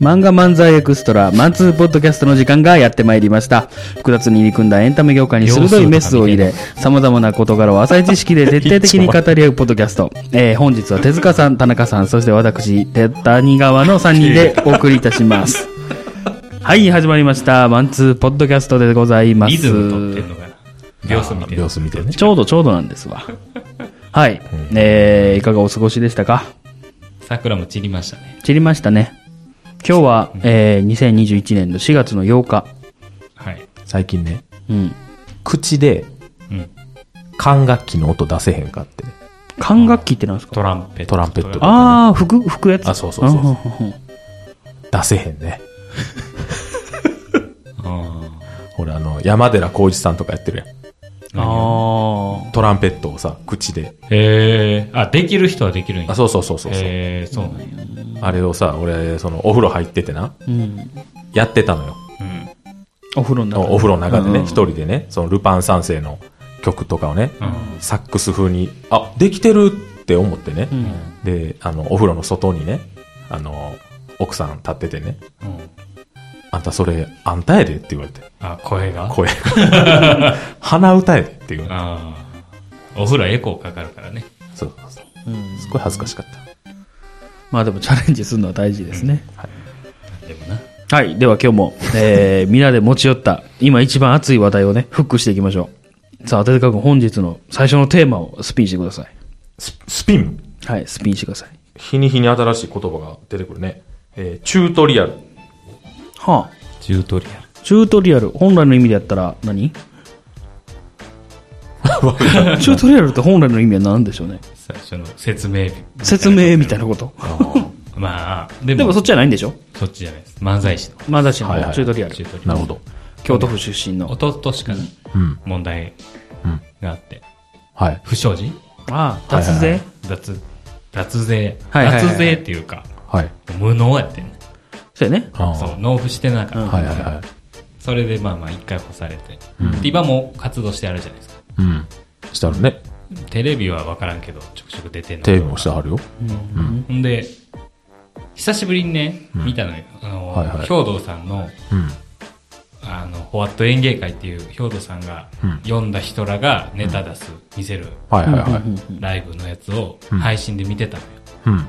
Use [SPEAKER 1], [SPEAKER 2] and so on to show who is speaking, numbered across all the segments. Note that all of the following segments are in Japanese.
[SPEAKER 1] 漫画漫才エクストラマンツーポッドキャストの時間がやってまいりました複雑に入り組んだエンタメ業界に鋭いメスを入れさまざまな事柄を浅い知識で徹底的に語り合うポッドキャスト、えー本日は手塚さん田中さんそして私谷川の3人でお送りいたします はい始まりましたマンツーポッドキャストでございます
[SPEAKER 2] リズム取ってんのかな。秒数見てる。
[SPEAKER 3] 様子見てね。
[SPEAKER 1] ちょうどちょうどなんですわはい、えーいかがお過ごしでしたか
[SPEAKER 2] 桜も散りましたね。
[SPEAKER 1] 散りましたね今日は、えー2021年の4月の8日
[SPEAKER 2] はい。
[SPEAKER 3] 最近ね、
[SPEAKER 1] うん
[SPEAKER 3] 口で
[SPEAKER 2] うん。
[SPEAKER 3] 管楽器の音出せへんかってね。
[SPEAKER 1] 管楽器ってなんですか
[SPEAKER 2] トランペット。
[SPEAKER 3] トランペット
[SPEAKER 1] ああ、吹く、吹くやつ。
[SPEAKER 3] あそうそうそうそうん
[SPEAKER 1] んんん
[SPEAKER 3] 出せへんね。
[SPEAKER 2] あ
[SPEAKER 3] ほら、あの、山寺宏一さんとかやってるやん。
[SPEAKER 1] あ
[SPEAKER 3] トランペットをさ、口で。
[SPEAKER 2] あ。へえ。あ、できる人はできるんや。
[SPEAKER 3] あ、そうそうそうそうそう。
[SPEAKER 2] へえ、そうなんや。
[SPEAKER 3] あれをさ、俺、その、お風呂入っててな、
[SPEAKER 1] あ。うん。
[SPEAKER 3] やってたのよ。
[SPEAKER 2] うん。
[SPEAKER 1] お風呂の中で。
[SPEAKER 3] お風呂の中でね、
[SPEAKER 1] うん
[SPEAKER 3] 一人でね、そのルパン三世の曲とかをね、
[SPEAKER 2] うん
[SPEAKER 3] サックス風に、あ、できてるって思ってね、
[SPEAKER 1] うん。
[SPEAKER 3] で、あの、お風呂の外にね、あの、奥さん立っててね、
[SPEAKER 2] うん。
[SPEAKER 3] あんたそれ、あんたやでって言われて、
[SPEAKER 2] あ、声が
[SPEAKER 3] 声が。鼻歌やでって言われて、
[SPEAKER 2] ああ。お風呂エコーかかるからね。
[SPEAKER 3] そうそうそう
[SPEAKER 1] うん
[SPEAKER 3] すごい恥ずかしかった。
[SPEAKER 1] まあでもチャレンジするのは大事ですね。
[SPEAKER 2] でもな。
[SPEAKER 1] はい。では今日も、 えー、みんなで持ち寄った、今一番熱い話題をね、フックしていきましょう。さあ、手塚君、本日の最初のテーマをスピンしてください。
[SPEAKER 3] ススピン
[SPEAKER 1] はい、スピンしてください。
[SPEAKER 3] 日に日に新しい言葉が出てくるね。えーチュートリアル。
[SPEAKER 1] は
[SPEAKER 2] チュートリアル。
[SPEAKER 1] あ、チュートリアル、本来の意味でやったら 何、チュートリアルって本来の意味は何でしょうね
[SPEAKER 2] 最初の説明。
[SPEAKER 1] 説明みたいなこと。
[SPEAKER 2] まあ、で
[SPEAKER 1] でも
[SPEAKER 2] も
[SPEAKER 1] そっ、ちじゃないんでしょ
[SPEAKER 2] そっちじゃないです。漫才師の。
[SPEAKER 1] まだしも
[SPEAKER 3] はいはい
[SPEAKER 1] チュートリアル。
[SPEAKER 2] チュートリアル。
[SPEAKER 3] なるほど。
[SPEAKER 1] 京都府出身の。
[SPEAKER 2] 一昨年から
[SPEAKER 3] うん。
[SPEAKER 2] 問題
[SPEAKER 3] うん。
[SPEAKER 2] があって、
[SPEAKER 3] はい。
[SPEAKER 2] 不祥事
[SPEAKER 1] ああ、達税、
[SPEAKER 2] 脱、脱税。
[SPEAKER 1] はいはいはい
[SPEAKER 2] 脱税っていうか、
[SPEAKER 3] はい。
[SPEAKER 2] 無能やってんね。
[SPEAKER 1] そうやね。
[SPEAKER 3] あー
[SPEAKER 2] そう、納付してなかった。
[SPEAKER 3] はいはいはい。
[SPEAKER 2] それでまあまあ一回干されて。で今も活動してあるじゃないですか。
[SPEAKER 3] うん。してあるね。
[SPEAKER 2] テレビは分からんけど、ちょくちょく出てんの。
[SPEAKER 3] テレビもしてあるよ。
[SPEAKER 2] ほんで、久しぶりにね、見たのよ。あの、
[SPEAKER 3] はいはい
[SPEAKER 2] 兵道さんの、
[SPEAKER 3] うん。
[SPEAKER 2] あの、ホワット演芸会っていう兵道さんが
[SPEAKER 3] うん
[SPEAKER 2] 読んだ人らがネタ出す、見せる
[SPEAKER 3] はいはいはい。
[SPEAKER 2] ライブのやつを
[SPEAKER 3] うん
[SPEAKER 2] 配信で見てたのよ。
[SPEAKER 3] うん。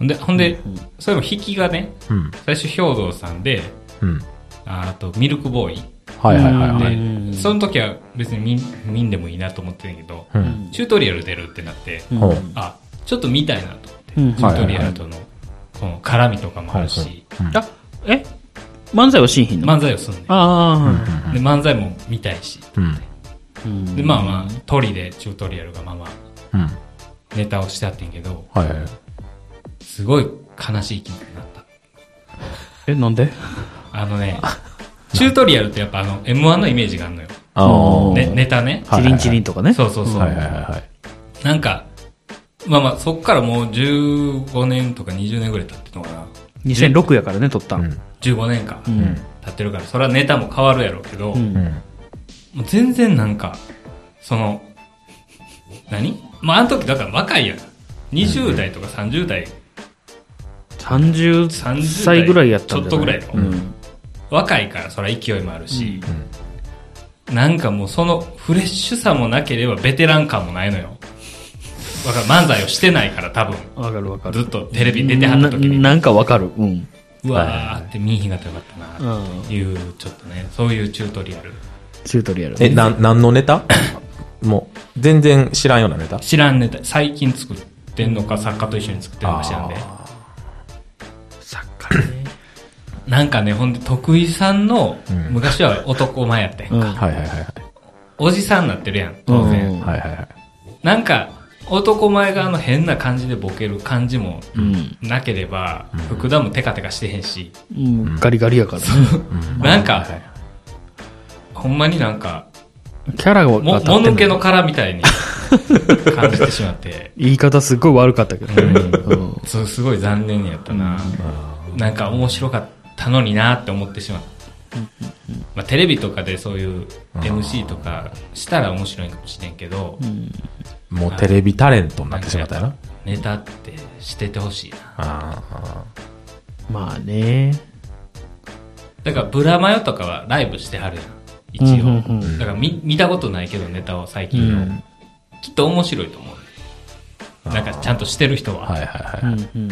[SPEAKER 2] ほんで、ほんで、それも引きがね、
[SPEAKER 3] うん。
[SPEAKER 2] 最初兵道さんで、
[SPEAKER 3] うん。
[SPEAKER 2] ああとミルクボーイ。
[SPEAKER 3] はいはいはいはい。
[SPEAKER 2] で、その時は別に見見んでもいいなと思ってたけど、
[SPEAKER 3] うん。
[SPEAKER 2] チュートリアル出るってなって、
[SPEAKER 1] うん
[SPEAKER 3] ほう
[SPEAKER 2] あ、ちょっと見たいなと思って、
[SPEAKER 1] うん
[SPEAKER 2] チュートリアルとのこの絡みとかもあるし、
[SPEAKER 3] はいうん
[SPEAKER 1] あ、え漫才は新品の
[SPEAKER 2] 漫才をすんねん
[SPEAKER 1] あ
[SPEAKER 2] で、漫才も見たいし、
[SPEAKER 3] うん。
[SPEAKER 1] あ、うん
[SPEAKER 2] で、まあまあ、トリでチュートリアルがまあまあ、
[SPEAKER 3] うん。
[SPEAKER 2] ネタをしてあってんけど、
[SPEAKER 3] はいはい。
[SPEAKER 2] すごい悲しい気になった。
[SPEAKER 1] え、なんで
[SPEAKER 2] あの ね、チュートリアルってやっぱあの、M1 のイメージがあるのよ。
[SPEAKER 3] あ
[SPEAKER 1] うん
[SPEAKER 2] ね、ネタね。
[SPEAKER 1] チリンチリンとかね。
[SPEAKER 2] そうそうそう。
[SPEAKER 3] はいはいはいはい。
[SPEAKER 2] なんか、まあまあ、そっからもう15年とか20年ぐらい経ってるのかな。
[SPEAKER 1] 2006やからね、撮った。う。
[SPEAKER 3] うんん。
[SPEAKER 2] 15年か。
[SPEAKER 1] うん
[SPEAKER 2] 経ってるから、それはネタも変わるやろうけど、
[SPEAKER 1] う
[SPEAKER 2] も
[SPEAKER 1] ん。
[SPEAKER 2] う全然なんか、その、何まあ、あの時だから若いやん。20代とか30代、
[SPEAKER 1] 30
[SPEAKER 2] 30代
[SPEAKER 1] 歳ぐらいやったんだ
[SPEAKER 2] ちょっとぐらいの
[SPEAKER 1] うん。
[SPEAKER 2] 若いからそら勢いもあるし、なんかもうそのフレッシュさもなければベテラン感もないのよ。わかる漫才をしてないから多分、
[SPEAKER 1] わかるわかる。
[SPEAKER 2] ずっとテレビに出てはった時
[SPEAKER 1] な
[SPEAKER 2] に、
[SPEAKER 1] なんかわかる。うん。
[SPEAKER 2] うわーって見えひんかったらよかったなっていう、ちょっとね、そういうチュートリアル。
[SPEAKER 1] チュートリアル。
[SPEAKER 3] え、なん、なんのネタ もう、全然知らんようなネタ
[SPEAKER 2] 知らんネタ、最近作ってんのか、作家と一緒に作ってんのか知らんで、
[SPEAKER 3] あ
[SPEAKER 1] サッカーね。
[SPEAKER 2] なんかね、ほんで、徳井さんの、昔は男前やったやんか。
[SPEAKER 3] ーはいはいはいはい。
[SPEAKER 2] おじさんになってるやん、当然。
[SPEAKER 1] うん
[SPEAKER 3] はいはいはい。
[SPEAKER 2] なんか、男前があの変な感じでボケる感じも
[SPEAKER 1] うん。
[SPEAKER 2] なければ、福田もテカテカしてへんし、
[SPEAKER 1] うん。ガリガリやからね。
[SPEAKER 2] なんか、ほんまになんか、
[SPEAKER 1] キャラが
[SPEAKER 2] も、
[SPEAKER 1] 当た
[SPEAKER 2] も
[SPEAKER 1] っ
[SPEAKER 2] ぬ
[SPEAKER 1] て
[SPEAKER 2] け
[SPEAKER 1] んの
[SPEAKER 2] の殻みたいに感じてしまって、
[SPEAKER 1] 言い方すっごい悪かったけど
[SPEAKER 2] う
[SPEAKER 1] ね。
[SPEAKER 2] ん、
[SPEAKER 1] うん。
[SPEAKER 2] そうすごい残念やったな、なんか面白かったのになって思ってしまう、まあ、テレビとかでそういう MC とかしたら面白いかもしれんけど、
[SPEAKER 3] もうテレビタレントになってしまったよな。
[SPEAKER 2] ネタってしててほしいな。
[SPEAKER 3] ああ
[SPEAKER 1] まあね。
[SPEAKER 2] だからブラマヨとかはライブしてはるやん。一応。
[SPEAKER 1] うんうんうん
[SPEAKER 2] だから見見たことないけどネタを最
[SPEAKER 1] う
[SPEAKER 2] 近の、
[SPEAKER 1] ん。
[SPEAKER 2] きっと面白いと思う。なんかちゃんとしてる人は。
[SPEAKER 3] はいはい
[SPEAKER 1] うん
[SPEAKER 3] はい。
[SPEAKER 1] うん。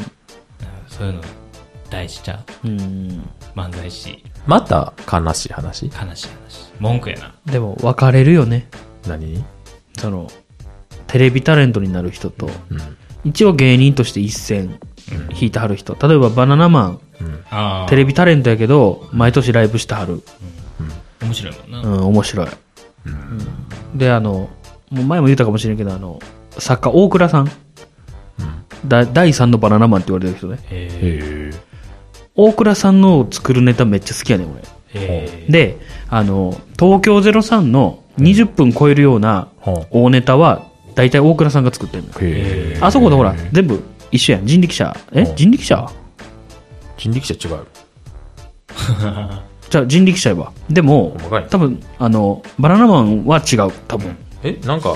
[SPEAKER 2] そういうの大事ちゃ
[SPEAKER 1] うん。
[SPEAKER 2] う。漫才師、
[SPEAKER 3] また悲しい話
[SPEAKER 2] 悲しい話。文句やな。
[SPEAKER 1] でも、分かれるよね。
[SPEAKER 3] 何
[SPEAKER 1] その、テレビタレントになる人と、
[SPEAKER 3] うん。
[SPEAKER 1] 一応芸人として一線引いてはる人。例えばバナナマン、
[SPEAKER 3] うん。
[SPEAKER 2] ああ。
[SPEAKER 1] テレビタレントやけど、毎年ライブしてはる。
[SPEAKER 2] 面白いもんな。
[SPEAKER 1] うん、面白い。うんで、あの、もう前も言ったかもしれんけど、あの、作家、大倉さん。だ第3のバナナマンって言われてる人ね。
[SPEAKER 2] え
[SPEAKER 3] へ
[SPEAKER 1] 大倉さんの作るネタめっちゃ好きやねん、俺。
[SPEAKER 2] ー、え
[SPEAKER 1] で、あの、東京03の20分超えるような
[SPEAKER 3] ほ
[SPEAKER 1] 大ネタは、大体大倉さんが作ってるのよ
[SPEAKER 3] え。へえ。
[SPEAKER 1] あそこでほら、全部一緒やん。人力車。え
[SPEAKER 3] うん
[SPEAKER 1] 人力車
[SPEAKER 3] 人力車違う。
[SPEAKER 1] じゃあ人力車やわ。でも
[SPEAKER 3] 細かいな、
[SPEAKER 1] 多分、あの、バナナマンは違う、多分。
[SPEAKER 3] え、なんか、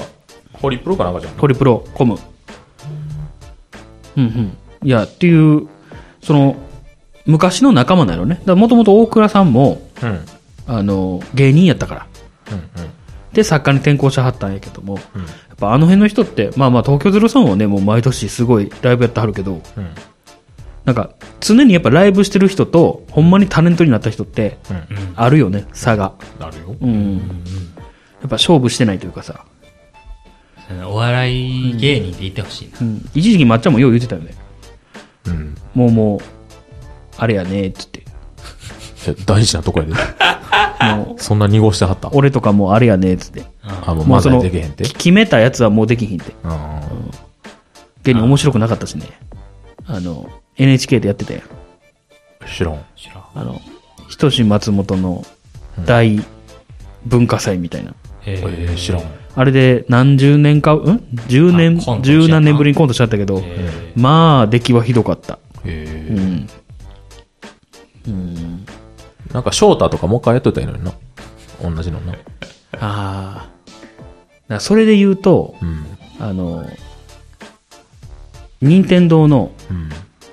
[SPEAKER 3] ホリプロかなんかじゃん。
[SPEAKER 1] ホリプロ、コム。うんうん。いや、っていう、その、昔の仲間なのね。だからもともと大倉さんも、
[SPEAKER 3] うん。うん
[SPEAKER 1] あの、芸人やったから。
[SPEAKER 3] うん。
[SPEAKER 1] で、作家に転校しはったんやけども、やっぱあの辺の人って、まあまあ東京03はね、もう毎年すごいライブやってはるけど、
[SPEAKER 3] うん。
[SPEAKER 1] なんか、常にやっぱライブしてる人と、ほんまにタレントになった人って、
[SPEAKER 3] うん。
[SPEAKER 1] あるよね、差が。
[SPEAKER 3] なるよ。
[SPEAKER 1] うん。やっぱ勝負してないというかさ、
[SPEAKER 2] ーお笑い芸人でいてほしいな。
[SPEAKER 1] うん。一時期抹茶もよう言ってたよね。
[SPEAKER 3] うん。
[SPEAKER 1] もうもう、あれやね、っつって。
[SPEAKER 3] いや大事なとこやで。
[SPEAKER 1] もう
[SPEAKER 3] そんな濁してはった。
[SPEAKER 1] 俺とかもうあれやね、っつって。
[SPEAKER 3] あ、もう
[SPEAKER 1] もう
[SPEAKER 3] 漫
[SPEAKER 1] そ
[SPEAKER 3] 才
[SPEAKER 1] の
[SPEAKER 3] できへんて。
[SPEAKER 1] き決めたやつはもうできひんって。
[SPEAKER 3] うんうん。
[SPEAKER 1] 現に面白くなかったしね。あの、NHK でやってたやん。
[SPEAKER 3] 知らん。
[SPEAKER 2] 知らん
[SPEAKER 1] あの、ひとし松本の大文化祭みたいな。
[SPEAKER 2] え
[SPEAKER 3] えー、知らん。
[SPEAKER 1] あれで何十年か、うん十年
[SPEAKER 2] あコン、トしちゃった
[SPEAKER 1] 十何年ぶりにコントしちゃったけど、
[SPEAKER 2] え
[SPEAKER 1] まあ、出来はひどかった。う
[SPEAKER 3] へえ。
[SPEAKER 1] ん。
[SPEAKER 3] なんか、翔太とかもう一回やっといたらいいのにな。同じのな。
[SPEAKER 1] ああ。だからそれで言うと、
[SPEAKER 3] うん。
[SPEAKER 1] あの、任天堂の、
[SPEAKER 3] うん。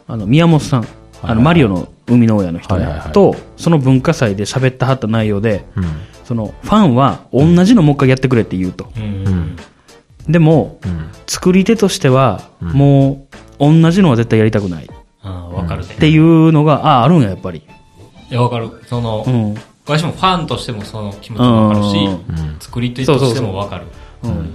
[SPEAKER 1] あの、宮本さん、あの、マリオの生みの親の人ね
[SPEAKER 3] はいはいはい
[SPEAKER 1] と、その文化祭で喋ったはった内容で、
[SPEAKER 3] うん。
[SPEAKER 1] その、ファンは同じのもう一回やってくれって言うと。
[SPEAKER 2] ーうん
[SPEAKER 1] でも、
[SPEAKER 3] うん。
[SPEAKER 1] 作り手としては、もう、同じのは絶対やりたくない。っ
[SPEAKER 2] あーわかるで。
[SPEAKER 1] ていうのが、ああ、あるんや、やっぱり。
[SPEAKER 2] いや、わかる。その、
[SPEAKER 1] うん。
[SPEAKER 2] 私もファンとしてもその気持ちもわかるし、
[SPEAKER 3] うん
[SPEAKER 2] 作り手としてもわかる。
[SPEAKER 1] うん。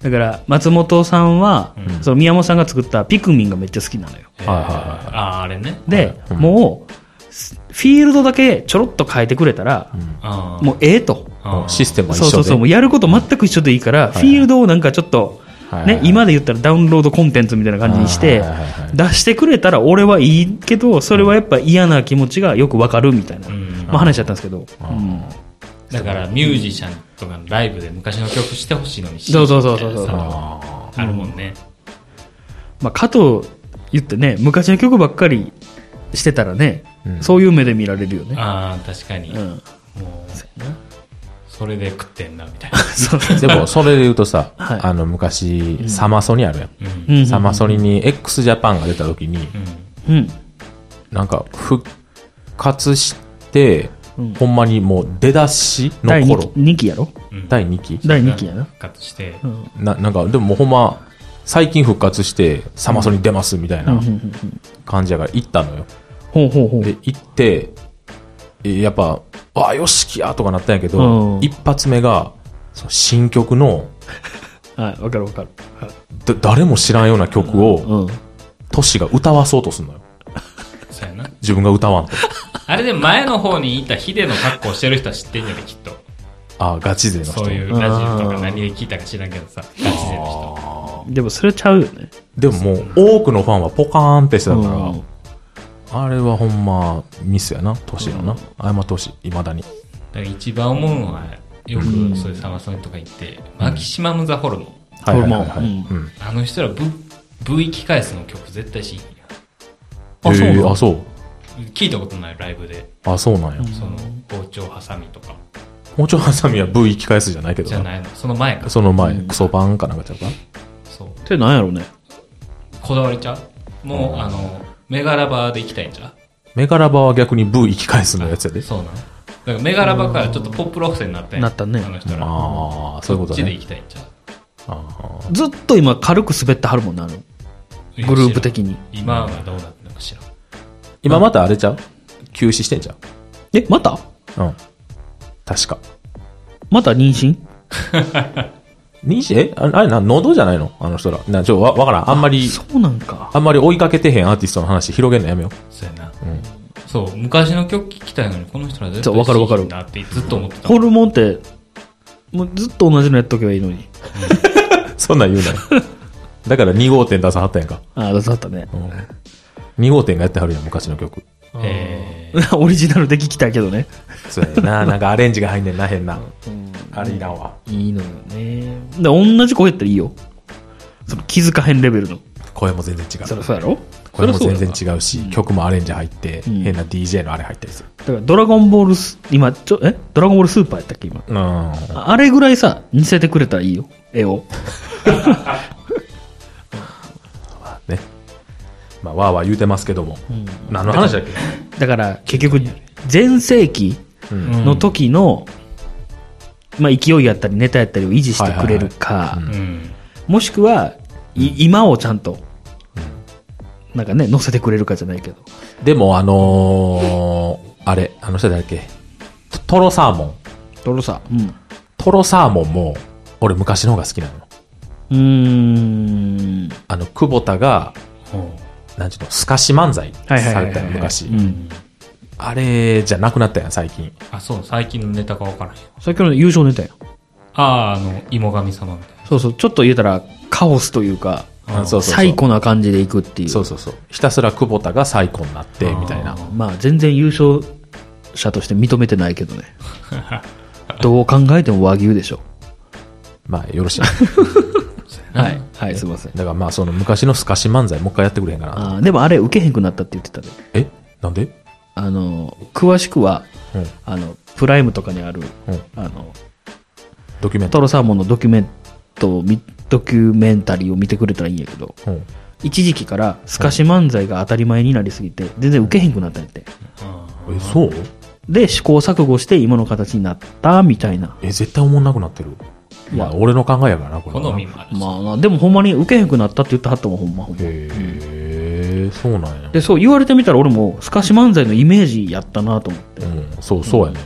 [SPEAKER 1] だから、松本さんは、その宮本さんが作ったピクミンがめっちゃ好きなのよ。
[SPEAKER 2] えー
[SPEAKER 3] はいはいはい
[SPEAKER 2] ああ、あれね。
[SPEAKER 1] で、もう、すフィールドだけちょろっと変えてくれたら、
[SPEAKER 2] あー
[SPEAKER 1] もうええと。
[SPEAKER 2] あー
[SPEAKER 3] システムは一緒
[SPEAKER 1] そ
[SPEAKER 3] で。
[SPEAKER 1] うそうそう、もうやること全く一緒でいいから、フィールドをなんかちょっと、
[SPEAKER 3] はいはい
[SPEAKER 1] ね
[SPEAKER 3] は、い
[SPEAKER 1] 今で言ったらダウンロードコンテンツみたいな感じにして
[SPEAKER 3] はいはいはいは、い
[SPEAKER 1] 出してくれたら俺はいいけど、それはやっぱ嫌な気持ちがよくわかるみたいな、
[SPEAKER 2] ん
[SPEAKER 1] まあ話だったんですけど、うん
[SPEAKER 2] だからミュージシャンとかのライブで昔の曲してほしいのに
[SPEAKER 1] そうそうそうそうそう
[SPEAKER 2] みたいなさ
[SPEAKER 3] あ
[SPEAKER 2] あるもんね。
[SPEAKER 1] まあかと言ってね、昔の曲ばっかりしてたらね、
[SPEAKER 3] うん
[SPEAKER 1] そういう目で見られるよね。
[SPEAKER 2] ああ、確かに。
[SPEAKER 1] う、
[SPEAKER 2] もうんそれで食ってんな、みたいな。
[SPEAKER 1] そう
[SPEAKER 3] ーでも、それで言うとさ、
[SPEAKER 1] はい
[SPEAKER 3] あの、昔、サマソニあるやん。
[SPEAKER 2] うん。
[SPEAKER 1] うん
[SPEAKER 3] サマソニに x ジャパンが出た時に、
[SPEAKER 1] うん
[SPEAKER 3] なんか、復活して、
[SPEAKER 1] うん
[SPEAKER 3] ほんまにもう出だしの
[SPEAKER 1] 第
[SPEAKER 3] 頃、
[SPEAKER 1] 2期やろ
[SPEAKER 2] うん
[SPEAKER 3] 第2期
[SPEAKER 1] 第2期やな。
[SPEAKER 2] 復活して、
[SPEAKER 3] ななんか、でももうほんま、最近復活して、サマソニ出ますみたいな感じやから、行ったのよ。
[SPEAKER 1] ほうほうほう。
[SPEAKER 3] で、行って、えやっぱ、わあ、よしきやとかなったんやけ
[SPEAKER 1] う
[SPEAKER 3] ど
[SPEAKER 1] ん、
[SPEAKER 3] 一発目が、その新曲の、
[SPEAKER 1] はい、わかるわかる。
[SPEAKER 3] だ誰も知らんような曲を、
[SPEAKER 1] うん。
[SPEAKER 3] トシが歌わそうとすんのよ。
[SPEAKER 2] そうやな。
[SPEAKER 3] 自分が歌わんと。
[SPEAKER 2] あれで前の方にいたヒデの格好してる人は知ってんじゃねきっと。
[SPEAKER 3] ああ、ガチ勢の人。
[SPEAKER 2] そういうラジオとか何で聞いたか知らんけどさ、ガチ勢の
[SPEAKER 1] でもそれちゃうよね。
[SPEAKER 3] でももう、多くのファンはポカーンってしてたから、
[SPEAKER 1] うん
[SPEAKER 3] あれはほんま、ミスやな、トシのな。あ謝ってほしい、いまだに。
[SPEAKER 2] 人。だから一番思うのは、よくそういうサマソニとか行って、マキシマム・ザ・ホルモン。
[SPEAKER 3] はいはいはい、
[SPEAKER 1] ホ
[SPEAKER 3] は
[SPEAKER 1] ル
[SPEAKER 3] い。
[SPEAKER 1] モン
[SPEAKER 3] うん。
[SPEAKER 2] あの人ら V、V 機返すの曲絶対しんや。
[SPEAKER 1] あそうなん
[SPEAKER 3] えーあ、そう。
[SPEAKER 2] 聞いたことないライブで、
[SPEAKER 3] あ、そうなんや。
[SPEAKER 2] その包丁ハサミとか、
[SPEAKER 3] 包丁ハサミは V 生き返すじゃないけど
[SPEAKER 2] じゃ
[SPEAKER 3] な。
[SPEAKER 2] ないの。その前か。
[SPEAKER 3] その前、クソバンかなんかちゃうか
[SPEAKER 1] てなんやろうね。
[SPEAKER 2] こだわりちゃうもう、あの、メガラバーで行きたいんちゃ
[SPEAKER 3] メガラバは逆にブー生き返すのやつや
[SPEAKER 2] う
[SPEAKER 3] で。
[SPEAKER 2] そうなのだからメガラバからちょっとポップロフセになったやん
[SPEAKER 1] なったね
[SPEAKER 2] あの人ら。
[SPEAKER 3] ああ、そういうこ
[SPEAKER 2] ことっちで
[SPEAKER 3] ね
[SPEAKER 2] 行。きたいんちゃう
[SPEAKER 3] あ
[SPEAKER 1] ずっと今軽く滑ってはるもんな、あの。グループ的に。
[SPEAKER 2] 今はどうなってんのか知らん。
[SPEAKER 3] ー今またあれちゃう休止してんちゃ
[SPEAKER 1] え、また
[SPEAKER 3] ううん。確か。
[SPEAKER 1] また妊娠
[SPEAKER 3] 妊娠えあれあれな、喉じゃないのあの人ら。な、ちょ、わ、わからん。あんまり、
[SPEAKER 1] そうなんか。
[SPEAKER 3] あんまり追いかけてへんアーティストの話広げんのやめよう。
[SPEAKER 2] そうやな。そう、昔の曲聴きたいのに、この人ら絶
[SPEAKER 1] そ
[SPEAKER 2] 対
[SPEAKER 1] うわかるわかる
[SPEAKER 2] いいなってずっと思ってた。
[SPEAKER 1] ホルモンって、もうずっと同じのやっとけばいいのに。
[SPEAKER 3] そんなん言うなよ。だから2号店出さはったやんか。
[SPEAKER 1] ああ、出さったね。
[SPEAKER 3] うん。2号店がやってはるやん、昔の曲。
[SPEAKER 2] え
[SPEAKER 1] オリジナルで聞きたいけどね。
[SPEAKER 3] そうやな。なんかアレンジが入んねんな、変な。あれいらんわ。
[SPEAKER 1] いいのよね。で、同じ声やったらいいよ。その気づかへんレベルの。
[SPEAKER 3] 声も全然違
[SPEAKER 1] そり
[SPEAKER 3] う。
[SPEAKER 1] ゃそうやろ
[SPEAKER 3] 声も全
[SPEAKER 1] そりゃそうや
[SPEAKER 3] 然
[SPEAKER 1] わ
[SPEAKER 3] 違うし、曲もアレンジ入って、変な DJ のあれ入ったりする。
[SPEAKER 1] だから、ドラゴンボールス、今、ちょ、えドラゴンボールスーパーやったっけ、今。
[SPEAKER 3] うん。
[SPEAKER 1] ああれぐらいさ、似せてくれたらいいよ。絵を。
[SPEAKER 3] ね。まあ、わーわー言うてますけども。何の話だっけ
[SPEAKER 1] だから、結局、全盛期
[SPEAKER 2] ー
[SPEAKER 1] の、時の、まあ、勢いやったり、ネタやったりを維持してくれるか、
[SPEAKER 2] うんうん。
[SPEAKER 1] もしくは、い今をちゃんと、なんかね、乗せてくれるかじゃないけど。
[SPEAKER 3] でも、あのー、あれ、あの人だっけトトロサーモン。
[SPEAKER 1] とろさ、うん。う
[SPEAKER 3] トロサーモンも、俺昔の方が好きなの。
[SPEAKER 1] ーん。
[SPEAKER 3] あの、久保田が、なんちゅうの、透かし漫才
[SPEAKER 1] はいはい
[SPEAKER 3] さ
[SPEAKER 1] はい
[SPEAKER 3] れ
[SPEAKER 1] はい
[SPEAKER 3] たの、昔
[SPEAKER 1] う。ん。
[SPEAKER 3] あれじゃなくなったやん、最近。
[SPEAKER 2] あ、そう、最近のネタがわからへん。
[SPEAKER 1] さっきの優勝ネタよ。
[SPEAKER 2] ああ、あの、芋神様みたいな。
[SPEAKER 1] そうそう、ちょっと言えたら、カオスというか、
[SPEAKER 3] あそうそう
[SPEAKER 1] サ
[SPEAKER 3] そう
[SPEAKER 1] イ。コな感じでいくっていう。
[SPEAKER 3] そうそうそう。ひたすら久保田が最高になって、みたいな。
[SPEAKER 1] まあ、全然優勝者として認めてないけどね。 どう考えても和牛でしょ。
[SPEAKER 3] まあ、よろしい。
[SPEAKER 1] はい。はい、すいません。
[SPEAKER 3] だからまあ、その昔の透かし漫才、もう一回やってくれへんかな。
[SPEAKER 1] あーでもあれ、受けへんくなったって言ってたで。
[SPEAKER 3] えなんで
[SPEAKER 1] あの、詳しくは、
[SPEAKER 3] うん
[SPEAKER 1] あの、プライムとかにある、
[SPEAKER 3] うん
[SPEAKER 1] あの、
[SPEAKER 3] ドキュメン
[SPEAKER 1] ト
[SPEAKER 3] ト。
[SPEAKER 1] ロサーモンのドキュメントを見、ドキュメンタリーを見てくれたらいいんやけど、
[SPEAKER 3] うん
[SPEAKER 1] 一時期から透かし漫才が当たり前になりすぎて、全然受けへんくなったんやって。
[SPEAKER 3] え、そう
[SPEAKER 1] で、試行錯誤して今の形になった、みたいな。
[SPEAKER 3] え、絶対思んなくなってる。いや、俺の考えやからな、これはな。
[SPEAKER 2] 好みもあるし。
[SPEAKER 1] まあな、でもほんまに受けへんくなったって言ってはったもん、ほんまほんま。
[SPEAKER 3] へえ、そうなんや。
[SPEAKER 1] で、そう言われてみたら俺も透かし漫才のイメージやったなと思って
[SPEAKER 3] う。ん、そう、そうやね。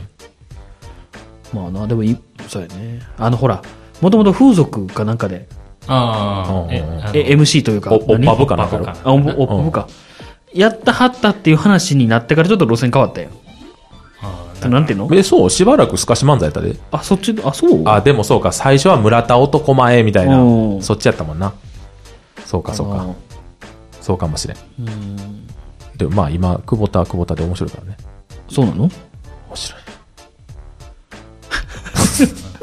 [SPEAKER 1] まあな、でもい、そうやね。あのほら、もともと風俗かなんかで、
[SPEAKER 2] ああ、え、
[SPEAKER 3] うん
[SPEAKER 2] あの
[SPEAKER 1] え、MC というか、
[SPEAKER 3] おおっ
[SPEAKER 1] 何
[SPEAKER 3] ぱぶかなんか
[SPEAKER 2] おっぱぶ
[SPEAKER 3] や
[SPEAKER 1] あ、おぼおっぱぶか。やったはったっていう話になってからちょっと路線変わったよ。
[SPEAKER 2] あー
[SPEAKER 1] なんていうの
[SPEAKER 3] ろ。え、そう、しばらく透かし漫才やったで。
[SPEAKER 1] あ、そっちの、あ、そう
[SPEAKER 3] あ、でもそうか、最初は村田男前みたいうな。
[SPEAKER 1] ん
[SPEAKER 3] そっちやったもんな。そうか、そう
[SPEAKER 1] あ
[SPEAKER 3] か
[SPEAKER 1] の。
[SPEAKER 3] そうかもしれん。でもまあ今、久保田は久保田で面白いからね。
[SPEAKER 1] そうなの
[SPEAKER 3] 面白い。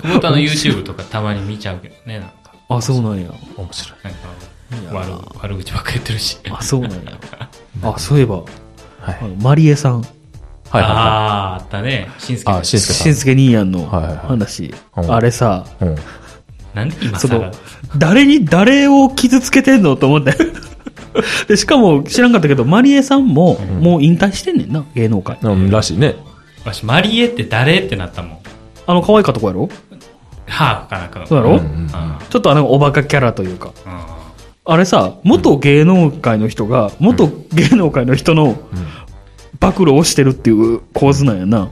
[SPEAKER 2] 久保田の YouTube とかたまに見ちゃうけどね、なんか。
[SPEAKER 1] あ、そうなんや。
[SPEAKER 3] 面白い。
[SPEAKER 2] なんか、悪悪口ばっか言ってるし。
[SPEAKER 1] あ、そうなん や。あ、そういえば、
[SPEAKER 3] はい。
[SPEAKER 1] あのマリエさん。
[SPEAKER 3] はいは
[SPEAKER 2] ああー、あったね。しんす
[SPEAKER 3] いはい。あ、
[SPEAKER 2] け。
[SPEAKER 3] しんす
[SPEAKER 1] し
[SPEAKER 3] け
[SPEAKER 1] んすけ兄やんの
[SPEAKER 3] はいはいはい
[SPEAKER 1] 話。
[SPEAKER 3] うん
[SPEAKER 1] あれさ、
[SPEAKER 3] さん。うん。
[SPEAKER 2] なんで今
[SPEAKER 1] その
[SPEAKER 2] 更。、
[SPEAKER 1] 誰に、誰を傷つけてんのと思って。 で、しかも知らんかったけど、マリエさんも、もう引退してんねんな、芸能界。
[SPEAKER 3] うん、らしいね。
[SPEAKER 2] わし、マリエって誰ってなったもん。
[SPEAKER 1] あの、可愛かった子やろ
[SPEAKER 2] ハーフかなんかの。
[SPEAKER 1] そうや
[SPEAKER 3] う
[SPEAKER 1] ろ、
[SPEAKER 3] ん
[SPEAKER 1] ちょっとあの、おバカキャラというか。
[SPEAKER 2] うんうん
[SPEAKER 1] あれさ、元芸能界の人が、元芸能界の人の暴露をしてるっていう構図なんやな。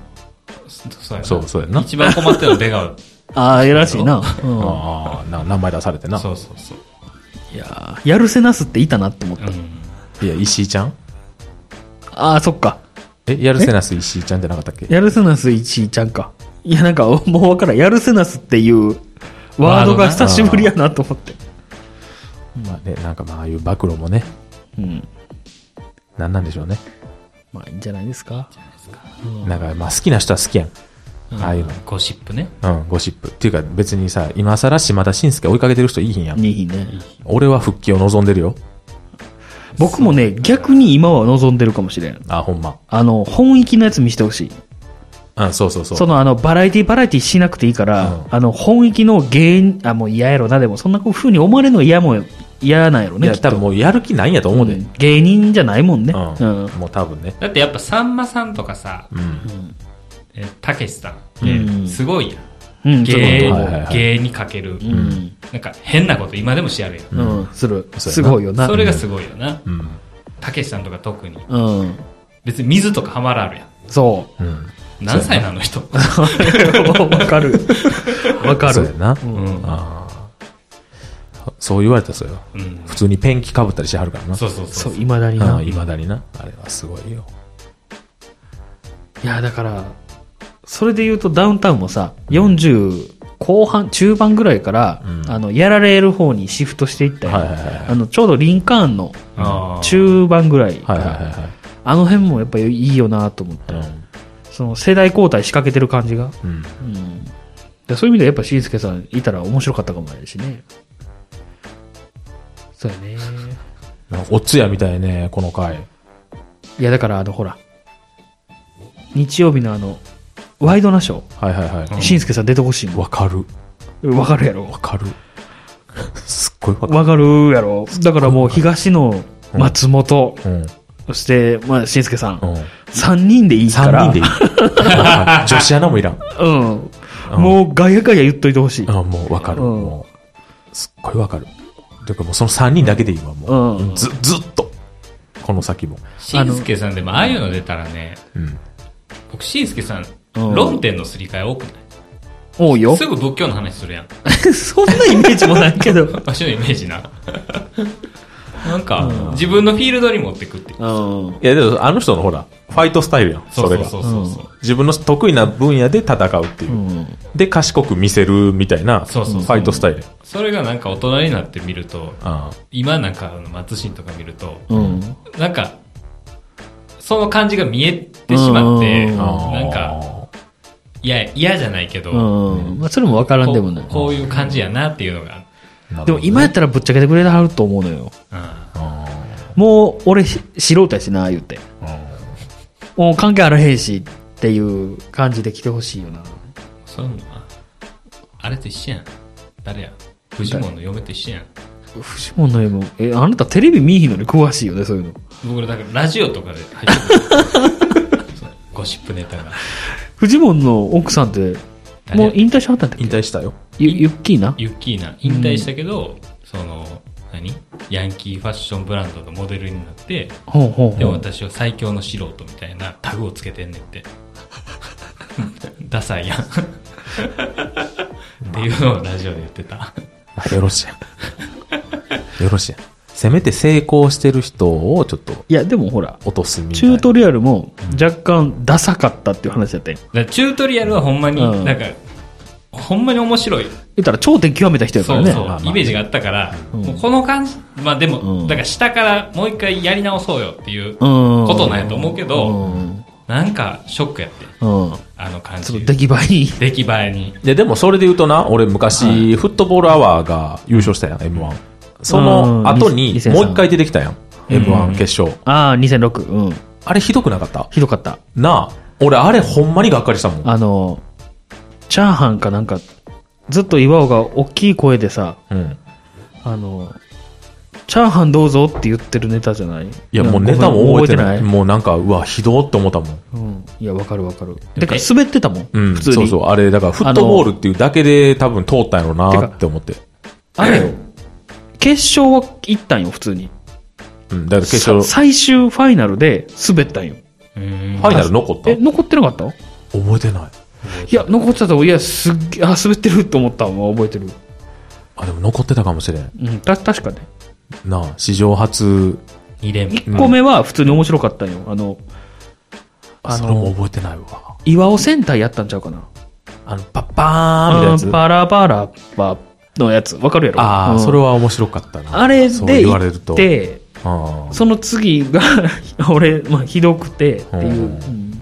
[SPEAKER 2] そそうやな
[SPEAKER 3] そうそうやな
[SPEAKER 2] 一番困ってるの出川。
[SPEAKER 1] ああ、偉しいな。うん
[SPEAKER 3] ああ、な名前出されてな。
[SPEAKER 2] そうそうそう。
[SPEAKER 1] いやーやるせなすっていたなって思った。
[SPEAKER 2] うん。
[SPEAKER 3] いや、石井ちゃん
[SPEAKER 1] ああ、そっか。
[SPEAKER 3] え、やるせなす石井ちゃんじゃなかったっけ
[SPEAKER 1] やるせなす1ちゃんか。いや、なんか、 もうわからん。やるせなすっていうワードが久しぶりやなと思って。
[SPEAKER 3] まあね、なんかまあ、ああいう暴露もね、
[SPEAKER 1] うん。
[SPEAKER 3] なんなんでしょうね。
[SPEAKER 1] まあ、いいんじゃないですか。
[SPEAKER 3] なんか、まあ、好きな人は好きやん。ああいうの。
[SPEAKER 2] ゴシップね。
[SPEAKER 3] うん、ゴシップ。っていうか、別にさ、今更島田紳介追いかけてる人いいひんやん。
[SPEAKER 1] いいね。
[SPEAKER 3] 俺は復帰を望んでるよ。
[SPEAKER 1] 僕もね、逆に今は望んでるかもしれん。
[SPEAKER 3] あ、ほんま。
[SPEAKER 1] あの、本域のやつ見せてほしい。
[SPEAKER 3] うん、そうそうそう。
[SPEAKER 1] そのあの、バラエティバラエティしなくていいから、あの、本域の芸人、あ、もう嫌やろな、でも、そんな風に思われるのが嫌も嫌なんやろ
[SPEAKER 3] い
[SPEAKER 1] ね
[SPEAKER 3] や、
[SPEAKER 1] きっと
[SPEAKER 3] 多分もうやる気ないんやと思うで。
[SPEAKER 1] うん芸人じゃないもんね、
[SPEAKER 3] う
[SPEAKER 1] うんん。
[SPEAKER 3] もう多分ね。
[SPEAKER 2] だってやっぱさんまさんとかさ、
[SPEAKER 3] うん。
[SPEAKER 2] えたけしさんって、
[SPEAKER 1] うん
[SPEAKER 2] すごいやん。
[SPEAKER 1] うんする
[SPEAKER 2] 芸
[SPEAKER 3] はいはいはい
[SPEAKER 2] 芸にかける、
[SPEAKER 1] うん
[SPEAKER 2] なんか変なこと今でもしやるやん。
[SPEAKER 1] うん、する
[SPEAKER 3] そうやな
[SPEAKER 1] すごいよな
[SPEAKER 2] それがすごいよな。
[SPEAKER 3] うん。
[SPEAKER 2] たけしさんとか特に。
[SPEAKER 1] うん
[SPEAKER 2] 別に水とかハマらあるやん。
[SPEAKER 1] そ
[SPEAKER 3] うん。
[SPEAKER 2] 何歳なの人。
[SPEAKER 1] うわ かるわか
[SPEAKER 3] そうや
[SPEAKER 1] る
[SPEAKER 3] な。
[SPEAKER 2] うん。
[SPEAKER 3] ああ。そう言われたらそうよ。
[SPEAKER 2] うん。
[SPEAKER 3] 普通にペンキかぶったりしてはるからな。
[SPEAKER 2] そうそうそ
[SPEAKER 1] そう
[SPEAKER 2] う。
[SPEAKER 1] いまだに
[SPEAKER 3] う。
[SPEAKER 1] なん
[SPEAKER 3] いまだにな。あれはすごいよ。
[SPEAKER 1] いやだからそれで言うとダウンタウンもさ40後半中盤ぐらいから、
[SPEAKER 3] うん
[SPEAKER 1] あのやられる方にシフトしていったよ、
[SPEAKER 3] はいはいはいはい
[SPEAKER 1] あのちょうどリンカーンの
[SPEAKER 2] あー
[SPEAKER 1] 中盤ぐらいか
[SPEAKER 3] はい
[SPEAKER 1] ら、
[SPEAKER 3] はいは
[SPEAKER 1] あの辺もやっぱりいいよなと思った、
[SPEAKER 3] いはい。
[SPEAKER 1] その世代交代仕掛けてる感じが、
[SPEAKER 3] うん。うん
[SPEAKER 1] うん、でそういう意味ではやっぱしんすけさんいたら面白かったかもしれないしねそうやね
[SPEAKER 3] なんかおつやみたいね、この回。
[SPEAKER 1] いやだからあのほら日曜日のあのワイドナショ
[SPEAKER 3] はいはいは
[SPEAKER 1] ーしんすけさん出てほしい
[SPEAKER 3] い。
[SPEAKER 1] も
[SPEAKER 3] わかる。
[SPEAKER 1] んわかるやろ
[SPEAKER 3] わかる。すっごいわか
[SPEAKER 1] わかるやろだからもう東野、松本、
[SPEAKER 3] る。うん。
[SPEAKER 1] そして、まあ、しんすけさ。
[SPEAKER 3] うんん。
[SPEAKER 1] 三3人でいいか
[SPEAKER 3] 3
[SPEAKER 1] ら。
[SPEAKER 3] 人でいい。女子アナもいらん。
[SPEAKER 1] うん。
[SPEAKER 3] ん
[SPEAKER 1] もう、ガヤガヤ言っといてほしい。
[SPEAKER 3] あもうわかる。
[SPEAKER 1] うん
[SPEAKER 3] もう、すっごいわかる。てかもうその3人だけでいいわ、
[SPEAKER 1] う
[SPEAKER 3] もう。
[SPEAKER 1] ん。
[SPEAKER 3] ず、ずっと。この先も。
[SPEAKER 2] しんすけさんでもああいうの出たらね、
[SPEAKER 3] うん。
[SPEAKER 2] 僕しんすけさん、
[SPEAKER 1] うん
[SPEAKER 2] 論点のすり替え多くない
[SPEAKER 1] 多いよ
[SPEAKER 2] す。ぐ仏教の話するやん。
[SPEAKER 1] そん なイメージもない けど。 う
[SPEAKER 2] 場所のイメージな。 なんか、自分のフィールドに持ってくっていう。
[SPEAKER 1] ん。
[SPEAKER 3] いや、でもあの人のほら、ファイトスタイルやん、
[SPEAKER 2] そ
[SPEAKER 3] そうれ
[SPEAKER 2] そう
[SPEAKER 3] が。
[SPEAKER 2] そうそうそう。
[SPEAKER 3] 自分の得意な分野で戦うっていう。
[SPEAKER 1] うん。
[SPEAKER 3] で、賢く見せるみたいな、フ
[SPEAKER 2] そうそうそう
[SPEAKER 3] ァイトスタイルやん。
[SPEAKER 2] それがなんか大人になってみると、
[SPEAKER 3] あ
[SPEAKER 2] 今なんかあの松新とか見ると、
[SPEAKER 1] うん。
[SPEAKER 2] なんか、その感じが見えてしまって、
[SPEAKER 1] うん
[SPEAKER 3] あ
[SPEAKER 2] なんか、、いや、嫌じゃないけど、
[SPEAKER 1] うん。まあ、それもわからん
[SPEAKER 2] こ
[SPEAKER 1] でもな
[SPEAKER 2] う
[SPEAKER 1] い。
[SPEAKER 2] こういう感じやなっていうのが、
[SPEAKER 3] な
[SPEAKER 1] で
[SPEAKER 3] るほど
[SPEAKER 1] も今やったらぶっちゃけてくれはると思うのよ。
[SPEAKER 2] うん
[SPEAKER 3] あ
[SPEAKER 1] もう、俺、し素人やしな、言って。
[SPEAKER 3] ーうん
[SPEAKER 1] もう関係あらへんし、っていう感じで来てほしいよな。
[SPEAKER 2] そういうのは、あれと一緒やん。誰やフジモンの嫁と一緒やん。
[SPEAKER 1] フジモンの絵も、え、あなたテレビ見えひんのに詳しいよね、そういうの。
[SPEAKER 2] 僕らだからラジオとかで入ってくるそうゴシップネタが。
[SPEAKER 1] フジモンの奥さんって、
[SPEAKER 2] 誰
[SPEAKER 1] も
[SPEAKER 2] や
[SPEAKER 1] う引退しはったんだっけ
[SPEAKER 3] 引退したよ。
[SPEAKER 1] ゆゆっきーな
[SPEAKER 2] ユッキーナ、引退したけど、その、何ヤンキーファッションブランドのモデルになって、
[SPEAKER 1] ほうほう
[SPEAKER 2] で
[SPEAKER 1] ほ
[SPEAKER 2] も
[SPEAKER 1] う。
[SPEAKER 2] 私は最強の素人みたいなタグをつけてんねんって。 ダサいやん。っていうのをラジオで言ってた。
[SPEAKER 3] まあよろしいやん。 よろしいやん。せめて成功してる人をちょっと
[SPEAKER 1] いや、でもほら、
[SPEAKER 3] 落とすみたい
[SPEAKER 1] チ
[SPEAKER 3] な。
[SPEAKER 1] ュートリアルも若干ダサかったっていう話やったやん。
[SPEAKER 2] だからチュートリアルはほんまに、
[SPEAKER 1] うん
[SPEAKER 2] なんか、ほんまに面白い。
[SPEAKER 1] 言ったら頂点極めた人やか
[SPEAKER 2] そ
[SPEAKER 1] ら
[SPEAKER 2] う
[SPEAKER 1] ね。
[SPEAKER 2] そう、
[SPEAKER 3] まあまあね
[SPEAKER 2] イメージがあったから、もうこの感じ、まあでも、
[SPEAKER 1] うん
[SPEAKER 2] だから下からもう一回やり直そうよっていうこ
[SPEAKER 1] うん。
[SPEAKER 2] となんやと思うけ
[SPEAKER 1] う
[SPEAKER 2] ど、
[SPEAKER 1] ん。
[SPEAKER 2] なんかショックやって、
[SPEAKER 1] うん。
[SPEAKER 2] あの感
[SPEAKER 1] その
[SPEAKER 2] じ。
[SPEAKER 1] 出来栄えいい。
[SPEAKER 2] 出来栄えに。
[SPEAKER 3] いや、でもそれで言うとな、俺昔、フットボールアワーが優勝したやん、M1。その後
[SPEAKER 1] うん
[SPEAKER 3] に、
[SPEAKER 1] 2003
[SPEAKER 3] もう一回出てきたやん、M1 決勝。
[SPEAKER 1] ああ、2006。うん。
[SPEAKER 3] あれひどくなかった
[SPEAKER 1] ひどかった。
[SPEAKER 3] なあ、俺あれほんまにがっかりしたもん。
[SPEAKER 1] あの、チャーハンかなんか、ずっと岩尾が大きい声でさ、
[SPEAKER 3] うん。
[SPEAKER 1] あの、チャーハンどうぞって言ってるネタじゃないい
[SPEAKER 3] いや、もうネタも覚えてない。
[SPEAKER 1] 覚えてない
[SPEAKER 3] もうなんか、うわ、ひどーって思ったもん。
[SPEAKER 1] うん。いや、わかるわかる。てか、滑ってたもん。
[SPEAKER 3] うん、
[SPEAKER 1] 普通に。
[SPEAKER 3] そうそう。あれ、だから、フットボールっていうだけで多分通ったんやろうなって思って。
[SPEAKER 1] あれよ。決勝は行ったんよ、普通に。
[SPEAKER 3] うん、だから決勝、
[SPEAKER 1] さ最終ファイナルで滑ったんよ。
[SPEAKER 2] うん
[SPEAKER 3] ファイナル残った
[SPEAKER 1] え、残ってなかった
[SPEAKER 3] 覚えてない。
[SPEAKER 1] いや、残ってたと思ういや、すっげえ、あ、滑ってると思ったわ、覚えてる。
[SPEAKER 3] あ、でも残ってたかもしれん。
[SPEAKER 1] うん、た、確かね。
[SPEAKER 3] なあ、史上初、
[SPEAKER 2] 2連
[SPEAKER 1] 1個目は普通に面白かったんよ。あの、あ
[SPEAKER 3] それも
[SPEAKER 1] の、
[SPEAKER 3] 覚えてないわ。
[SPEAKER 1] 岩尾戦隊やったんちゃうかな。
[SPEAKER 3] あの、パッパーンみたいな
[SPEAKER 1] あ
[SPEAKER 3] や
[SPEAKER 1] ー
[SPEAKER 3] つ。
[SPEAKER 1] パラパラパのやつ、わかるやろ
[SPEAKER 3] ああ、
[SPEAKER 1] うん
[SPEAKER 3] それは面白かったな。
[SPEAKER 1] あれ
[SPEAKER 3] そう
[SPEAKER 1] で
[SPEAKER 3] 言われ
[SPEAKER 1] 行
[SPEAKER 3] ると。
[SPEAKER 1] って、
[SPEAKER 3] あ
[SPEAKER 1] その次が 俺、まあ、ひどくてっていう、
[SPEAKER 3] うん
[SPEAKER 1] うん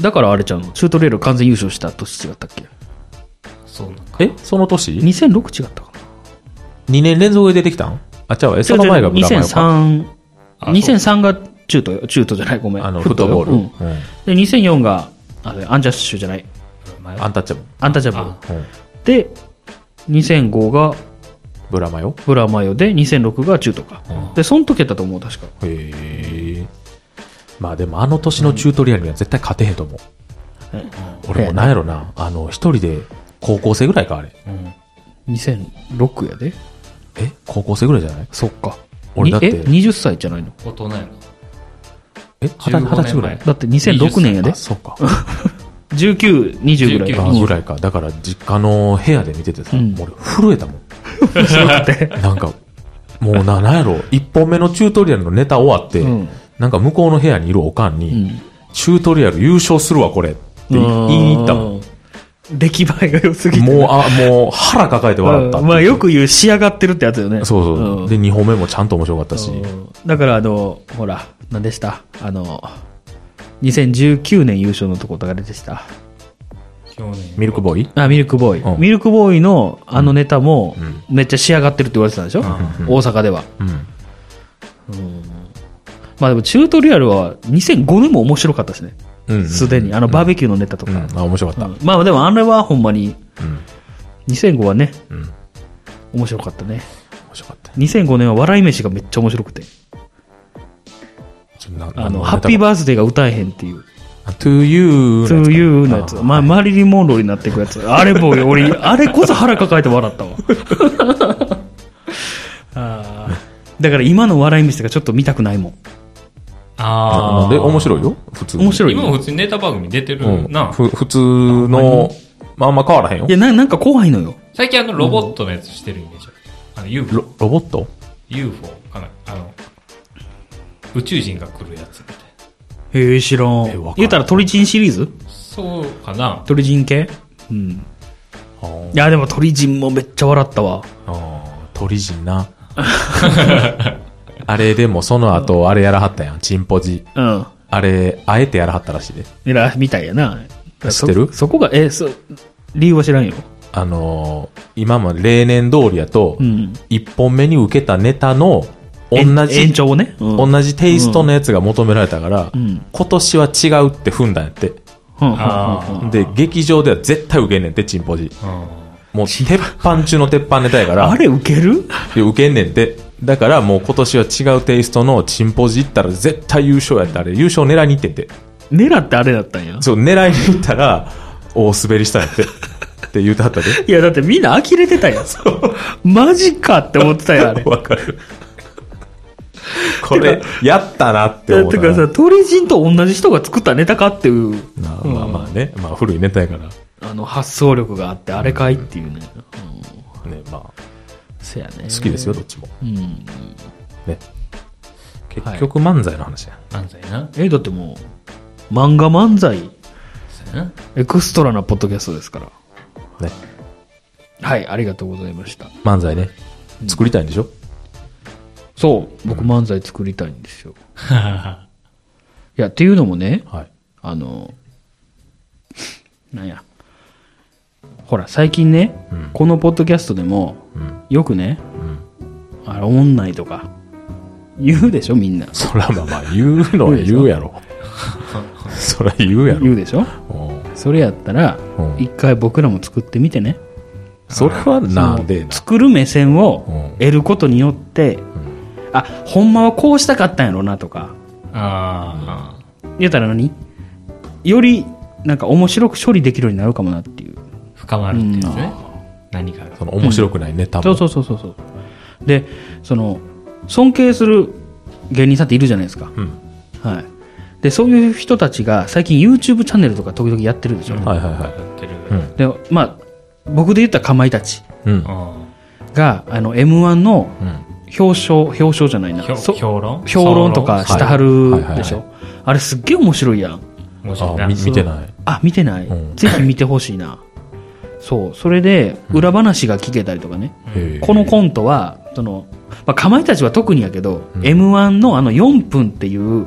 [SPEAKER 1] だからあれちゃうのチュートレール完全優勝した年違ったっけ
[SPEAKER 2] そうなんか。
[SPEAKER 3] え、その年
[SPEAKER 1] 2006違ったかな
[SPEAKER 3] ?2 年連続で出てきたんあ、違うわえ、その前がブラマヨか。
[SPEAKER 1] 2003
[SPEAKER 2] あ
[SPEAKER 1] 2003が中途中途じゃないごめん
[SPEAKER 3] あの、フットボール。
[SPEAKER 1] よ
[SPEAKER 3] うん
[SPEAKER 1] うんで2004があアンジャッシュじゃない
[SPEAKER 2] 前
[SPEAKER 3] アンタッチャブ
[SPEAKER 1] アンタッチャブ
[SPEAKER 2] あ
[SPEAKER 1] ル
[SPEAKER 3] ル。うん
[SPEAKER 1] で2005が
[SPEAKER 3] ブラマヨ
[SPEAKER 1] ブラマヨで2006が中とか、
[SPEAKER 3] うん
[SPEAKER 1] でその時やったと思う確か
[SPEAKER 3] へえまあでもあの年のチュートリアルには絶対勝てへんと思う、俺もなんやろなあの一人で高校生ぐらいかあれ
[SPEAKER 1] 2006やで
[SPEAKER 3] え高校生ぐらいじゃない
[SPEAKER 1] そっか
[SPEAKER 3] 俺だって
[SPEAKER 1] にえ20歳じゃないの
[SPEAKER 2] 大人やな。
[SPEAKER 3] え二十歳二十歳ぐらい
[SPEAKER 2] 15
[SPEAKER 1] だって2006年やで
[SPEAKER 3] あそうか
[SPEAKER 1] 1920ぐらいか
[SPEAKER 3] あぐらいかだから実家の部屋で見ててさ、
[SPEAKER 1] うん
[SPEAKER 3] もう俺震えたもんなんかもうななんやろ1本目のチュートリアルのネタ終わって、
[SPEAKER 1] うん
[SPEAKER 3] なんか向こうの部屋にいるおかんに、
[SPEAKER 1] ん
[SPEAKER 3] チュートリアル優勝するわこれって言い言いに行ったもん
[SPEAKER 1] うん出来栄えが良すぎて
[SPEAKER 3] もうあもう腹抱えて笑ったっていう
[SPEAKER 1] まあよく言う仕上がってるってやつよね
[SPEAKER 3] そうそう、
[SPEAKER 1] ん
[SPEAKER 3] で2本目もちゃんと面白かったし、
[SPEAKER 1] うんだからあのほら何でしたあの2019年優勝のとこ誰でした
[SPEAKER 2] 去年。
[SPEAKER 3] ミルクボーイ
[SPEAKER 1] あミルクボーイ、
[SPEAKER 3] うん
[SPEAKER 1] ミルクボーイのあのネタもめっちゃ仕上がってるって言われてたんでしょ、大阪では
[SPEAKER 3] うん
[SPEAKER 1] まあでもチュートリアルは2005年も面白かったしね
[SPEAKER 3] うん
[SPEAKER 1] すで、にあのバーベキューのネタと
[SPEAKER 3] う
[SPEAKER 1] か、
[SPEAKER 3] んあ面白かった、
[SPEAKER 1] うんまあでもあれはほんまに、2005はね、
[SPEAKER 3] ん
[SPEAKER 1] 面白かったね
[SPEAKER 3] 面白かった
[SPEAKER 1] 2005年は笑い飯がめっちゃ面白くて
[SPEAKER 3] ちょな
[SPEAKER 1] あ
[SPEAKER 3] 何
[SPEAKER 1] の
[SPEAKER 3] ネタ
[SPEAKER 1] ハッピーバースデーが歌えへんっていう
[SPEAKER 3] あ To You
[SPEAKER 1] そういうのやつ。
[SPEAKER 3] あ
[SPEAKER 1] まあ、マリリン・モンローになっていくやつ。あれもう、 俺、あれこそ腹抱えて笑った わ。あーだから今の笑い飯がちょっと見たくないもん。
[SPEAKER 2] あ
[SPEAKER 3] なん
[SPEAKER 2] あ。
[SPEAKER 3] で面白いよ普通に
[SPEAKER 1] 面白い
[SPEAKER 2] 今も普通にネタ番組出てる
[SPEAKER 3] うん、
[SPEAKER 2] な。
[SPEAKER 3] ふ普通のまああんま変わらへんよ
[SPEAKER 1] いや、ななんか怖いのよ。
[SPEAKER 2] 最近あのロボットのやつしてるイメージある。あの UFO
[SPEAKER 3] ロ。ロボット
[SPEAKER 2] UFO かな。あの、宇宙人が来るやつみたい
[SPEAKER 1] へえ、知らん
[SPEAKER 3] えわかんない
[SPEAKER 1] 言ったら鳥人シリーズ
[SPEAKER 2] な。そうかな。
[SPEAKER 1] 鳥人系うん。
[SPEAKER 3] あー
[SPEAKER 1] いや、でも鳥人もめっちゃ笑ったわ。
[SPEAKER 3] あー鳥人な あれでもその後あれやらはったやんチンポジ
[SPEAKER 1] うん。
[SPEAKER 3] あれあえてやらはったらしいで
[SPEAKER 1] いや、みたいやな。
[SPEAKER 3] 知ってる
[SPEAKER 1] そそこが、え、そ、理由は知らんよ。
[SPEAKER 3] あのー今も例年通りやと、
[SPEAKER 1] うん。
[SPEAKER 3] 1本目に受けたネタの同
[SPEAKER 1] えん延
[SPEAKER 3] じ、
[SPEAKER 1] 長をね。うん
[SPEAKER 3] 同じテイストのやつが求められたから、
[SPEAKER 1] ん
[SPEAKER 3] 今年は違うって踏んだんやって。
[SPEAKER 1] うん
[SPEAKER 2] あー
[SPEAKER 3] で、劇場では絶対受けんねんって、チンポジ。もう、鉄板中の鉄板ネタやから、
[SPEAKER 1] あれ受ける
[SPEAKER 3] で受けんねんって。だからもう今年は違うテイストのチンポジ行ったら絶対優勝やったあれ優勝狙いに行ってんて。
[SPEAKER 1] 狙ってあれだったんや。
[SPEAKER 3] そう、狙いに行ったら、 大滑りしたんやって。って言うてはったで。
[SPEAKER 1] いや、だってみんな呆れてたやん。マジかって思ってたやん、あれ。
[SPEAKER 3] わかる。これ、やったなって思
[SPEAKER 1] だ
[SPEAKER 3] っ
[SPEAKER 1] ったて
[SPEAKER 3] な
[SPEAKER 1] かさ、鳥人と同じ人が作ったネタかっていう、
[SPEAKER 3] まあまあまあね、まあ古いネタやから。
[SPEAKER 1] あの、発想力があって、あれかいっていうね。
[SPEAKER 3] ね、まあ、
[SPEAKER 1] せやね。
[SPEAKER 3] 好きですよ、どっちも。
[SPEAKER 1] うん。
[SPEAKER 3] ね。結局漫才の話や。
[SPEAKER 2] 漫才な。
[SPEAKER 1] え、だってもう、漫画漫才、
[SPEAKER 2] そうやな。
[SPEAKER 1] エクストラなポッドキャストですから。
[SPEAKER 3] ね。
[SPEAKER 1] はい、ありがとうございました。
[SPEAKER 3] 漫才ね。作りたいんでしょ
[SPEAKER 1] そう、僕漫才作りたいんですよ。いや、っていうのもね、
[SPEAKER 3] はい。
[SPEAKER 1] あの、なんや。ほら、最近ね、このポッドキャストでも、よくね、あれ、おもんないとか、言うでしょ、みんな。
[SPEAKER 3] そらまあまあ、言うのは言うや ろ。そら言うや ろ。
[SPEAKER 1] 言うでしょ
[SPEAKER 3] うん
[SPEAKER 1] それやったら
[SPEAKER 3] うん、
[SPEAKER 1] 一回僕らも作ってみてね。
[SPEAKER 3] それはなんでな。
[SPEAKER 1] 作る目線を
[SPEAKER 3] うん
[SPEAKER 1] 得ることによって、あ、ほんまはこうしたかったんやろなとか、
[SPEAKER 2] ああ。
[SPEAKER 1] 言うたら何より、なんか面白く処理できるようになるかもなっていう。
[SPEAKER 2] 深まるってやつね。何かが。
[SPEAKER 3] その面白くないネタ
[SPEAKER 1] そう
[SPEAKER 3] も。
[SPEAKER 1] そうそうそうそうでその尊敬する芸人さんっているじゃないですか、
[SPEAKER 3] ん
[SPEAKER 1] はい、でそういう人たちが最近 YouTube チャンネルとか時々やってるでしょ、
[SPEAKER 3] はいはいはい。
[SPEAKER 2] やってる。
[SPEAKER 3] ん
[SPEAKER 1] でまあ僕で言ったらかまいたち
[SPEAKER 3] うん。
[SPEAKER 2] うん
[SPEAKER 1] があの m 1の
[SPEAKER 3] うん
[SPEAKER 1] 表彰表彰じゃないな
[SPEAKER 2] 評
[SPEAKER 1] そ
[SPEAKER 2] 評論
[SPEAKER 1] 評論とかしては
[SPEAKER 3] はいは
[SPEAKER 1] る
[SPEAKER 3] いはい
[SPEAKER 1] でしょ、あれすっげえ面白いやん
[SPEAKER 2] 面白い
[SPEAKER 3] あ
[SPEAKER 2] な
[SPEAKER 3] み見てない。
[SPEAKER 1] あ見てない、
[SPEAKER 3] うん
[SPEAKER 1] ぜひ見てほしいなそうそれで裏話が聞けたりとかね、
[SPEAKER 3] へえ
[SPEAKER 1] このコントは、その、まあ、かまいたちは特にやけど、M1 のあの4分っていう、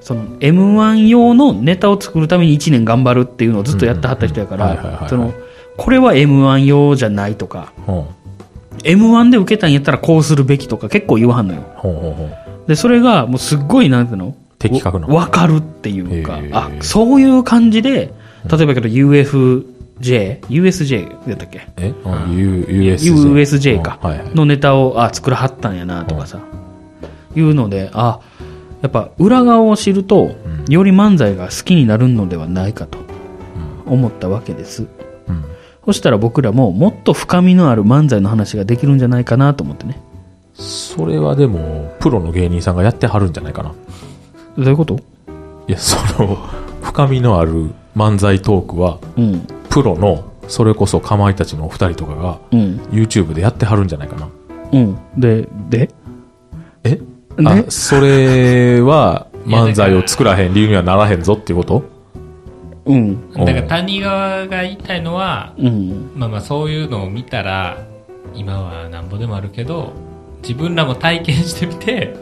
[SPEAKER 1] その M1 用のネタを作るために1年頑張るっていうのをずっとやってはった人やか
[SPEAKER 3] うんうんうんはいはいはいは
[SPEAKER 1] ら、
[SPEAKER 3] い
[SPEAKER 1] その、これは M1 用じゃないとか、
[SPEAKER 3] ほん。
[SPEAKER 1] M1 で受けたんやったらこうするべきとか結構言わはんのよ。
[SPEAKER 3] ほんほんほん。
[SPEAKER 1] で、それがもうすっごいなんていうの
[SPEAKER 3] 的確な
[SPEAKER 1] わわかるっていうか
[SPEAKER 3] へ、ー
[SPEAKER 1] あ、そういう感じで、例えばやけど UFJ J、USJ やったっけ
[SPEAKER 3] え、うん、U- USJ。
[SPEAKER 1] USJ か
[SPEAKER 3] うんはいはい。
[SPEAKER 1] のネタをあ作らはったんやなとかさ、いうのであやっぱ裏側を知ると、より漫才が好きになるのではないかと思ったわけです、
[SPEAKER 3] うん
[SPEAKER 1] そしたら僕らももっと深みのある漫才の話ができるんじゃないかなと思ってね
[SPEAKER 3] それはでも、プロの芸人さんがやってはるんじゃないかな。
[SPEAKER 1] どういうこと
[SPEAKER 3] いや、そ の、深みのある漫才トークは、
[SPEAKER 1] うん
[SPEAKER 3] プロの、それこそかまいたちのお二人とかが、
[SPEAKER 1] うん
[SPEAKER 3] YouTube でやってはるんじゃないかな。
[SPEAKER 1] うんでで
[SPEAKER 3] え
[SPEAKER 1] ね
[SPEAKER 3] あ、それ は、漫才を作らへん理由にはならへんぞっていうこと
[SPEAKER 1] うん
[SPEAKER 2] だから谷川が言いたいのは、
[SPEAKER 1] うん
[SPEAKER 2] まあまあそういうのを見たら、今はなんぼでもあるけど、自分らも体験してみて、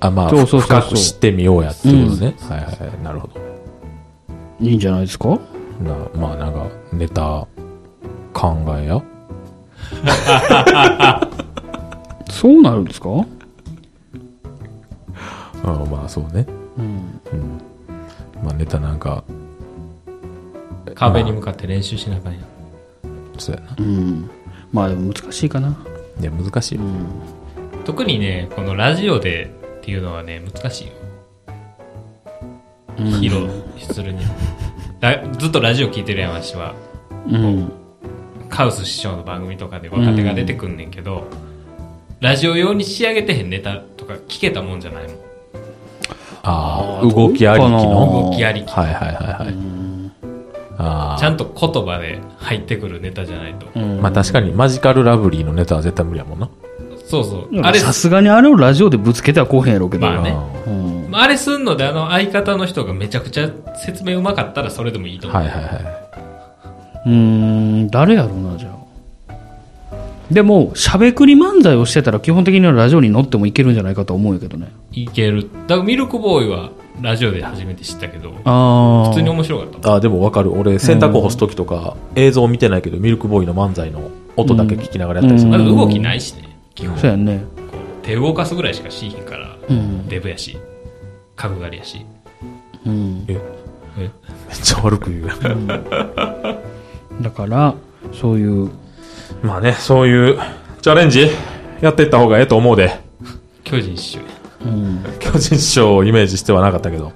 [SPEAKER 3] あ、まあ、
[SPEAKER 1] そうそうそうそう
[SPEAKER 3] 深く知ってみようやっていうことね。はいはい、なるほど。
[SPEAKER 1] いいんじゃないですか
[SPEAKER 3] なまあなんかネタ考えや
[SPEAKER 1] そうなるんですか
[SPEAKER 3] うんまあそうねうん、まあネタなんか
[SPEAKER 2] 壁に向かって練習しなあかんやん。
[SPEAKER 3] そうやな
[SPEAKER 1] うんまあでも難しいかない
[SPEAKER 3] や難しい、
[SPEAKER 2] 特にね、このラジオでっていうのはね、難しいよ。披露するには。だずっとラジオ聞いてるやん、私は。
[SPEAKER 1] うん
[SPEAKER 2] カウス師匠の番組とかで若手が出てくんねんけど、ラジオ用に仕上げてへんネタとか聞けたもんじゃないもん。
[SPEAKER 3] ああ動きありきの
[SPEAKER 2] 動きありき。
[SPEAKER 3] はいはいはいはい、あ
[SPEAKER 2] ちゃんと言葉で入ってくるネタじゃないと。
[SPEAKER 3] あまあ確かにマジカルラブリーのネタは絶対無理やもんな
[SPEAKER 2] そうそう。あ
[SPEAKER 1] あ
[SPEAKER 2] れ
[SPEAKER 1] れ、さすがにあれをラジオでぶつけてはこうへんやろうけど、
[SPEAKER 2] まあね
[SPEAKER 3] う
[SPEAKER 1] うん
[SPEAKER 2] あれすんので、あの相方の人がめちゃくちゃ説明うまかったらそれでもいいと
[SPEAKER 3] ん
[SPEAKER 2] 思う。
[SPEAKER 3] はいはいは
[SPEAKER 1] うーん誰やろうなじゃあでもしゃべくり漫才をしてたら基本的にはラジオに乗ってもいけるんじゃないかと思うんやけどね
[SPEAKER 2] い、ける。だからミルクボーイはラジオで初めて知ったけど、
[SPEAKER 1] ああ
[SPEAKER 2] 普通に面白かった。
[SPEAKER 3] いああでもわかる俺洗濯干す時とか映像見てないけどミルクボーイの漫才の音だけ聞きながらやったりする、
[SPEAKER 2] まだ動きないしね。基本。
[SPEAKER 1] そうやんね
[SPEAKER 2] こう手動かすぐらいしかしいひんから、
[SPEAKER 1] うん
[SPEAKER 2] デブやし、角刈りやし。
[SPEAKER 1] うん
[SPEAKER 3] えめっちゃ悪く言うやん
[SPEAKER 1] だからそういう
[SPEAKER 3] まあね、そういうチャレンジやっていった方がええと思うで、
[SPEAKER 2] 巨人師匠や。
[SPEAKER 3] 巨人師匠をイメージしてはなかったけど、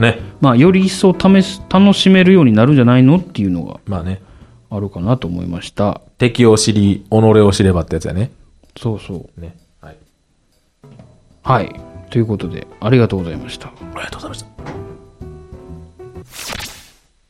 [SPEAKER 3] ね、
[SPEAKER 1] まあより一層試す楽しめるようになるんじゃないのっていうのが
[SPEAKER 3] まあね、
[SPEAKER 1] あるかなと思いました
[SPEAKER 3] 敵を知り、己を知ればってやつやね。
[SPEAKER 1] そうそう
[SPEAKER 3] ね、はい。
[SPEAKER 1] はいということでありがとうございました
[SPEAKER 3] ありがとうございました。